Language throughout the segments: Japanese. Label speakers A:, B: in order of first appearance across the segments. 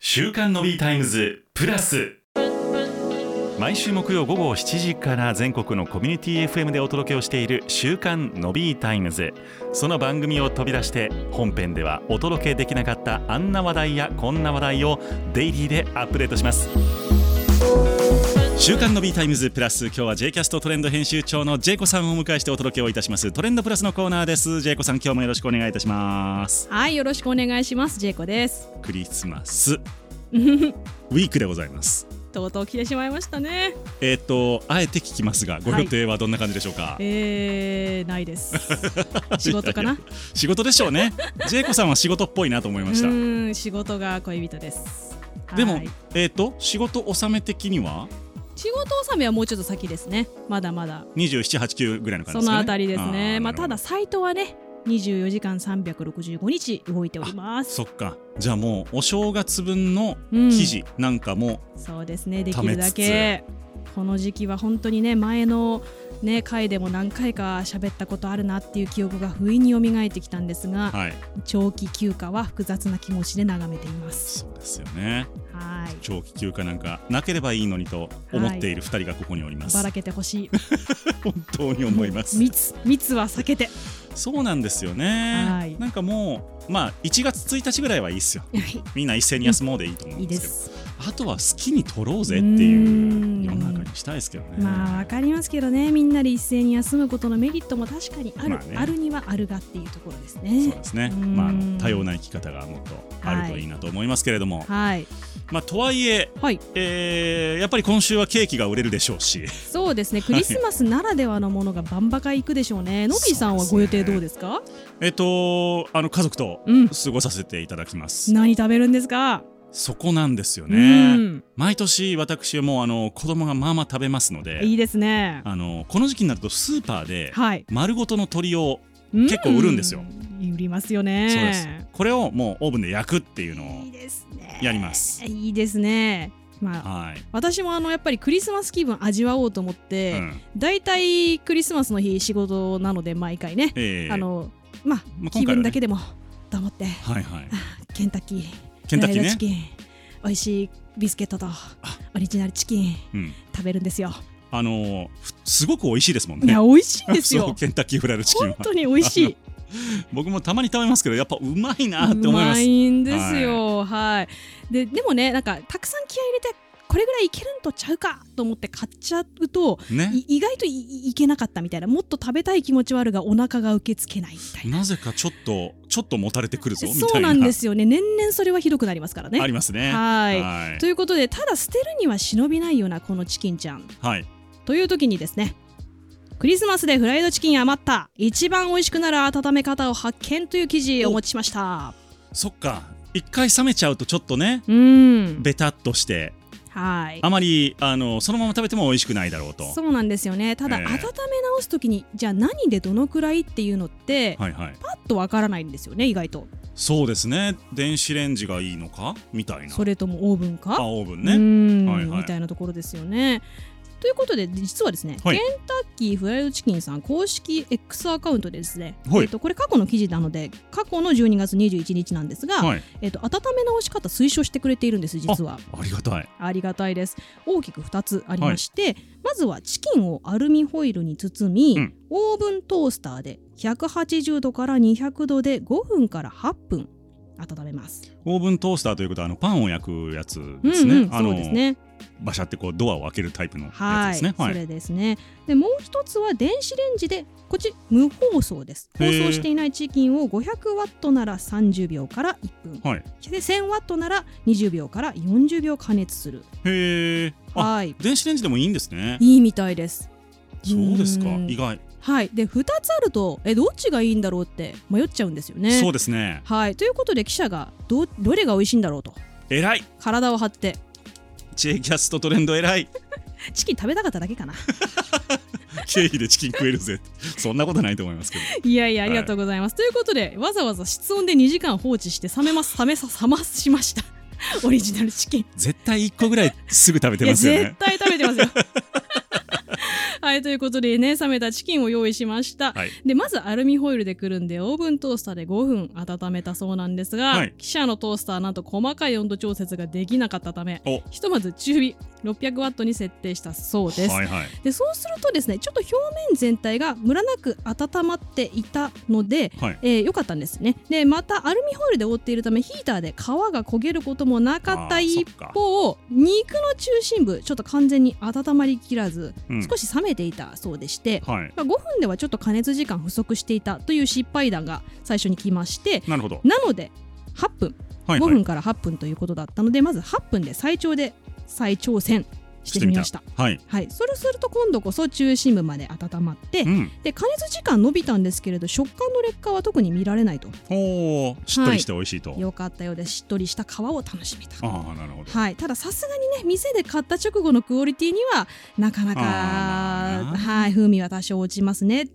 A: 週刊のビータイムズプラス毎週木曜午後7時から全国のコミュニティ FM でお届けをしている週刊のビータイムズその番組を飛び出して本編ではお届けできなかったあんな話題やこんな話題をデイリーでアップデートします週刊のビータイムズプラス今日は J キャストトレンド編集長の J 子さんをお迎えしてお届けをいたしますトレンドプラスのコーナーです J 子さん今日もよろしくお願いいたします
B: はい、よろしくお願いします。ジェイコです。
A: クリスマス ウィークでございます
B: とうとう来てしまいましたね。
A: えっ、とあえて聞きますがご予定はどんな感じでしょうか、
B: えー、ない です。仕事か
A: いや
B: ない
A: や 仕事でしょうねジェイコさんは仕事っぽいなと思いうました
B: ーん、仕事が恋人です。
A: でも、
B: はい
A: えっ、と仕事納め的には
B: 仕事納めはもうちょっと先ですね。まだまだ。
A: 2789ぐらいの感じ
B: そ
A: ですかね
B: のあたりですね。
A: ー
B: ま
A: なるほ
B: あ、た
A: ど
B: だサイトはね、24時間365日動いております。
A: そっかじゃあもうお正月分の
B: うん
A: 記事なんかも、
B: そうですねできるだけこの時期は本当にね前のね回でも何回か喋ったことあるなっていう記憶が不意に蘇ってきたんですが、
A: はい
B: 長期休暇は複雑な気持ちで眺めています
A: そうですよね
B: はい
A: 長期休暇なんかなければいいのにと思っている2人がここにおります、
B: ばらけてほしい
A: 本当に 思います
B: 密密は避けて
A: そうなんですよね、
B: はい
A: なんかもうまあ1月1日ぐらいはいいっすよみんな一斉に休もうでいいと思う
B: い
A: ん
B: い
A: で
B: です
A: けど
B: す
A: あとは好きに取ろうぜっていう
B: う
A: 世
B: ーん
A: の中にしたいですけどね。
B: まあわかりますけどねみんなで一斉に休むことのメリットも確かにある、
A: まあ
B: あ
A: ね
B: るにはあるがっていうところです
A: そう
B: ね
A: ですね、
B: うん
A: まあ、あの多様な生き方がもっとあるといいなと思いますけれども、
B: はい
A: まあ、とはいえ
B: はい
A: えーやっぱり今週はケーキが売れるでしょうし
B: そうですねクリスマスならではのものがバンバカいくでしょうね、のびさんはご予定どうですか
A: えっとあの家族と
B: うん
A: 過ごさせていただきます、
B: 何食べるんですか
A: そこなんですよ
B: う
A: ね
B: ん
A: 毎年私はもうあの子供がまあまあ食べますので
B: いいですね
A: あのこの時期になるとスーパーで
B: はい
A: 丸ごとの鶏を
B: 結
A: 構売るんですよ
B: 売りますよ
A: そうです
B: ね
A: これをもうオーブンで焼くっていうのを
B: いいですね
A: やります
B: いいですねまあ
A: はい、
B: 私もあのやっぱりクリスマス気分味わおうと思っ
A: う
B: て、
A: ん
B: だいたいクリスマスの日仕事なので毎回ね、
A: ええ
B: あのまあ、
A: まあ
B: 気
A: 今回はね
B: 分だけでもと思って
A: はいはい
B: ケンタッキー
A: ケンタッキー
B: フライド
A: ね
B: チキン美味しいビスケットとオリジナルチキン
A: うん
B: 食べるんですよ、
A: あのーふすごく美味しいですもんね
B: いや美味しいんです
A: そう
B: よ
A: ケンタッキーフライドチキン
B: 本
A: は
B: 当に美味しい
A: 僕もたまに食べますけどやっぱうまいなって思いま
B: うますいんですよ、はい、で、でもね、なんかたくさん気合い入れて。これぐらいいけるんとちゃうかと思って買っちゃうと、
A: ね
B: い意外といいいけなかったみたいな、もっと食べたい気持ちはあるが、お腹が受け付けないみたいな。
A: なぜかちょっとちょっともたれてくるぞみたいな
B: そうなんですよね、年々それはひどくなりますからね。
A: ありますね
B: はい
A: はい
B: ということで、ただ捨てるには忍びないようなこのチキンちゃん。
A: はい
B: という時にですね、クリスマスでフライドチキン余った、一番美味しくなる温め方を発見という記事をお持ちしました。
A: そっか一回冷めちゃうとちょっとね
B: うん、
A: ベタっとして
B: はい。
A: あまりあのそのまま食べても美味しくないだろうと
B: そうなんですよねただ
A: ええ
B: 温め直す時に、じゃあ何でどのくらいっていうのって、
A: はいはい
B: パッとわからないんですよね意外と
A: そうですね電子レンジがいいのかみたいな
B: それともオーブン
A: あ
B: か
A: オーブン
B: うー
A: ね
B: ん、
A: はいはい
B: みたいなところですよねということで実はですね、
A: はい
B: ケンタッキーフライドチキンさん公式 X アカウントでですね、
A: はい
B: えっとこれ過去の記事なので過去の12月21日なんですが、
A: はい
B: えっと温め直し方推奨してくれているんです実は
A: ありがたい
B: ありがたいです大きく2つありまして、まずはチキンをアルミホイルに包み、
A: うん
B: オーブントースターで180度から200度で5分から8分温めます。
A: オーブントースターということはあのパンを焼くやつですね、
B: うんうん、
A: あの
B: そうですね。
A: バシャってこうドアを開けるタイプのや
B: は
A: つ
B: い、
A: ですね
B: それですね。で、もう一つは電子レンジで、こっち無包装です。
A: へ
B: 包
A: ー
B: 装していないチキンを500ワットなら30秒から1分、
A: はい
B: で1000ワットなら20秒から40秒加熱する。
A: へえあ
B: はい、
A: 電子レンジでもいいんですね
B: いいみたいです。
A: そうですか
B: うん
A: 意外、
B: はい、で2つあるとえどっちがいいんだろうって迷っちゃうんですよね。
A: そうですね
B: はい、ということで記者がどどれが美味しいんだろうと
A: 偉い
B: 体を張って
A: J キャストトレンド偉い
B: チキン食べたかっただけかな
A: 経費でチキン食えるぜ そんなことないと思いますけど
B: いやいやありがとうございます、ということでわざわざ室温で2時間放置して冷めます冷めさ冷ましました オリジナルチキン
A: 絶対1個ぐらいすぐ食べてますよ
B: いや
A: ね
B: 絶対食べてますよ はいということでね冷めたチキンを用意しました、
A: はい
B: でまずアルミホイルでくるんでオーブントースターで5分温めたそうなんですが、
A: はい
B: 記者のトースターはなんと細かい温度調節ができなかったため
A: お
B: ひとまず中火600ワットに設定したそうです、
A: はいはい
B: でそうするとですねちょっと表面全体がムラなく温まっていたので、
A: はい
B: えー良かったんですねでまたアルミホイルで覆っているためヒーターで皮が焦げることもなかっ
A: あ
B: た
A: ーそっ
B: 一
A: か
B: 方肉の中心部ちょっと完全に温まりきらず、
A: うん
B: 少し冷めていたそうでして、
A: はい
B: まあ、5分ではちょっと加熱時間不足していたという失敗談が最初に来まして
A: なるほど
B: なので8分
A: はい
B: 5
A: はい
B: 分から8分ということだったので、まず8分で最長で再挑戦してみました
A: はい
B: はい、それすると今度こそ中心部まで温まって
A: うん
B: で加熱時間伸びたんですけれど食感の劣化は特に見られないと
A: おーしっとりして美味しいと、
B: 良かったようですしっとりした皮を楽しめた
A: ああなるほど
B: はい、たださすがにね店で買った直後のクオリティにはなかなか
A: あーまあな
B: はい風味は多少落ちますねた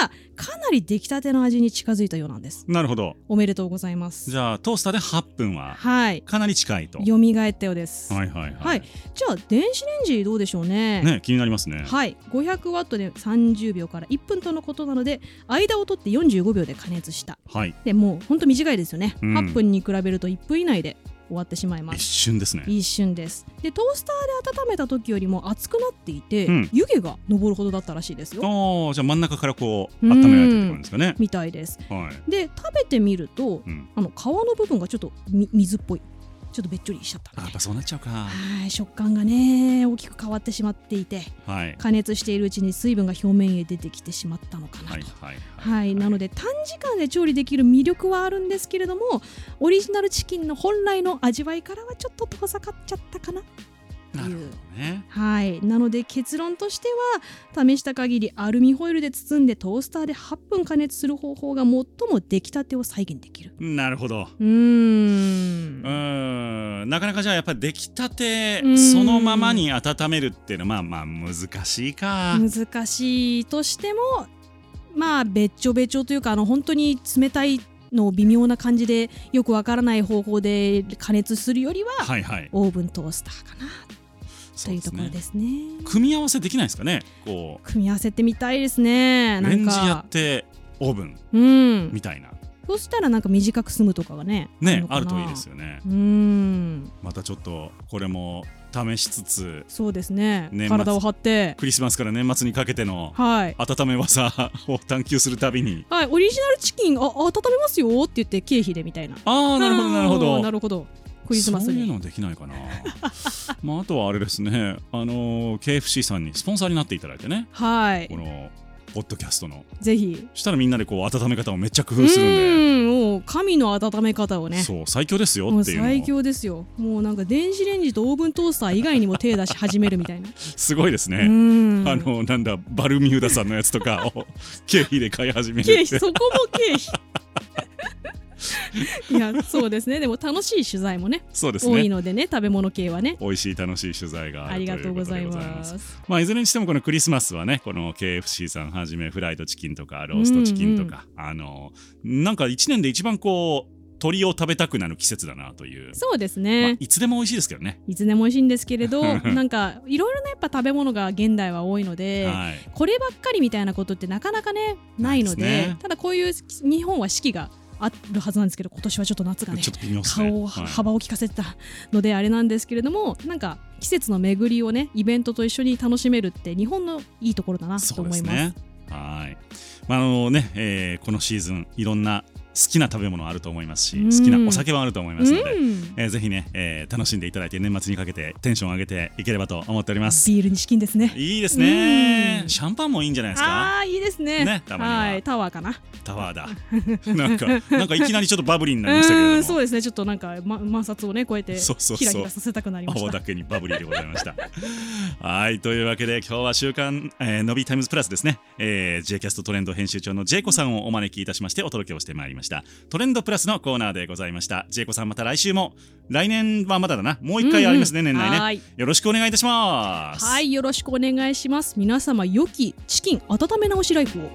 B: だかなり出来たての味に近づいたようなんです
A: なるほど
B: おめでとうございます
A: じゃあトースターで8分は
B: はい
A: かなり近いと
B: よみがえったようです、
A: はいはい
B: は
A: はい
B: い、じゃあ電子レンジどうでしょう
A: ね気になりますね
B: はい、500ワットで30秒から1分とのことなので間を取って45秒で加熱した
A: はい
B: でもうほんと短いですよね、
A: うん
B: 8分に比べると1分以内で終わってしまいま
A: 一
B: す
A: 瞬ですね
B: 一瞬ですでトースターで温めた時よりも熱くなっていて、
A: うん
B: 湯気が上るほどだったらしいですよ
A: ああじゃあ真ん中からこう温められてるってことなんですかね
B: みたいです
A: はい
B: で食べてみると、
A: うん
B: あの皮の部分がちょっとみ水っぽいちょっとべっちょりしちゃったみ
A: あや
B: た
A: っ
B: いな
A: ぱそうなっちゃうか
B: はい食感がね大きく変わってしまっていて
A: はい
B: 加熱しているうちに水分が表面へ出てきてしまったのかなと、
A: はいはい
B: はい、なので短時間で調理できる魅力はあるんですけれどもオリジナルチキンの本来の味わいからはちょっと遠ざかっちゃったかな
A: なるほどね
B: はいなので結論としては試した限りアルミホイルで包んでトースターで8分加熱する方法が最も出来たてを再現できる
A: なるほど
B: うー
A: うんーんなかなかじゃあやっぱり出来たて
B: うん
A: そのままに温めるっていうのはまあまあ難しいか
B: 難しいとしてもまあべっちょべちょというかあの本当に冷たいのを微妙な感じでよくわからない方法で加熱するよりは、
A: はいはい
B: オーブントースターかなと
A: そうで
B: いう
A: す
B: ところ
A: ね
B: ですね。
A: 組み合わせできないですかねこ
B: 組み合わせてみたいですね。
A: う
B: な
A: レン
B: ん
A: ジや
B: か
A: っ、てオーブン
B: うん
A: み、たいな
B: そうしたらなんか短く済むとかがね、
A: ね
B: の
A: あ
B: か
A: る
B: な
A: といいですよね
B: うん、
A: またちょっとこれも試しつつ
B: そうですね。
A: 年末
B: 体を張って、
A: クリスマスから年末にかけての
B: はい、
A: 温め技 を探求するたびに
B: はい、オリジナルチキンあ温めますよって言って経費でみたいな。
A: ああなるほどなるほ
B: あ
A: ど
B: ーなるほど。クリスマス
A: そういう
B: に。
A: のできないかな まああとはあれですねあのー KFC さんにスポンサーになっていただいてね
B: はい
A: こ、のポッドキャストの
B: ぜひ。
A: したらみんなでこう温め方をめっちゃ工夫するんで
B: うん、もう神の温め方をね。
A: そう最強ですよ
B: もう
A: っていうのを
B: 最強ですよ。もうなんか電子レンジとオーブントースター以外にも手出し始めるみた いな。
A: すごいです
B: う
A: ね、
B: ん
A: あのなんだバルミューダさんのやつとか を経費で買い始める
B: 経費
A: って
B: そこも経 費いやそうですねでも楽しい取材もね
A: そうです
B: 多い
A: ね
B: のでね食べ物系はね
A: 美味しい楽しい取材があ
B: あ
A: る
B: り
A: と
B: が
A: いう
B: と
A: こ
B: う
A: とで
B: ご
A: ござ
B: ざ
A: い
B: い
A: ま
B: ますす
A: まあ、いずれにしてもこのクリスマスはねこの KFC さんはじめフライドチキンとかローストチキンとか、あのなんか1年で一番こう鶏を食べたくなる季節だなという、
B: そうです
A: まあ
B: ね、
A: いつでも美味しいですけどね、
B: いつでも美味しいんですけ れどなんかいろいろなやっぱ食べ物が現代は多いので、
A: はい、
B: こればっかりみたいなことってなかなかねないので
A: ないですね
B: ただこういう日本は四季があるはずなんですけど今年はちょっと夏がね
A: ちょっと微妙ですね
B: 顔を、
A: はい
B: 幅を利かせてたのであれなんですけれどもなんか季節の巡りをねイベントと一緒に楽しめるって日本のいいところだなと
A: そう
B: 思い
A: で
B: ます
A: すねはい、まああのねえーこのシーズンいろんな好きな食べ物あると思いますし、
B: うん
A: 好きなお酒もあると思いますので、
B: うん、
A: えーぜひね、えー楽しんでいただいて年末にかけてテンション上げていければと思っております。
B: ビールにチキンですね
A: いいですね
B: う。ん
A: シャンパンもいいんじゃないですか。
B: ああーいいですね
A: ねたまには
B: はいタワーかな
A: タワーだ。 なんか、なんかいきなりちょっとバブリーに
B: う
A: なりましたけれど
B: ー
A: も。
B: んそうですねちょっとなんか、ま、摩擦をねこうやって
A: そうそうそう
B: キラキラさせたくなりまし
A: 青
B: た
A: だけにバブリーでございました。はいというわけで今日は週刊、えー、のびタイムズプラスですね、えー、J キャストトレンド編集長の J 子さんをお招きいたしましてお届けをしてまいりましたトレンドプラスのコーナーでございました J 子さんまた来週も来年はまだだなもう一回ありますね、
B: うんうん
A: 年内ね
B: はい
A: よろしくお願いいたします
B: はいよろしくお願いします皆様良きチキン温め直しライフを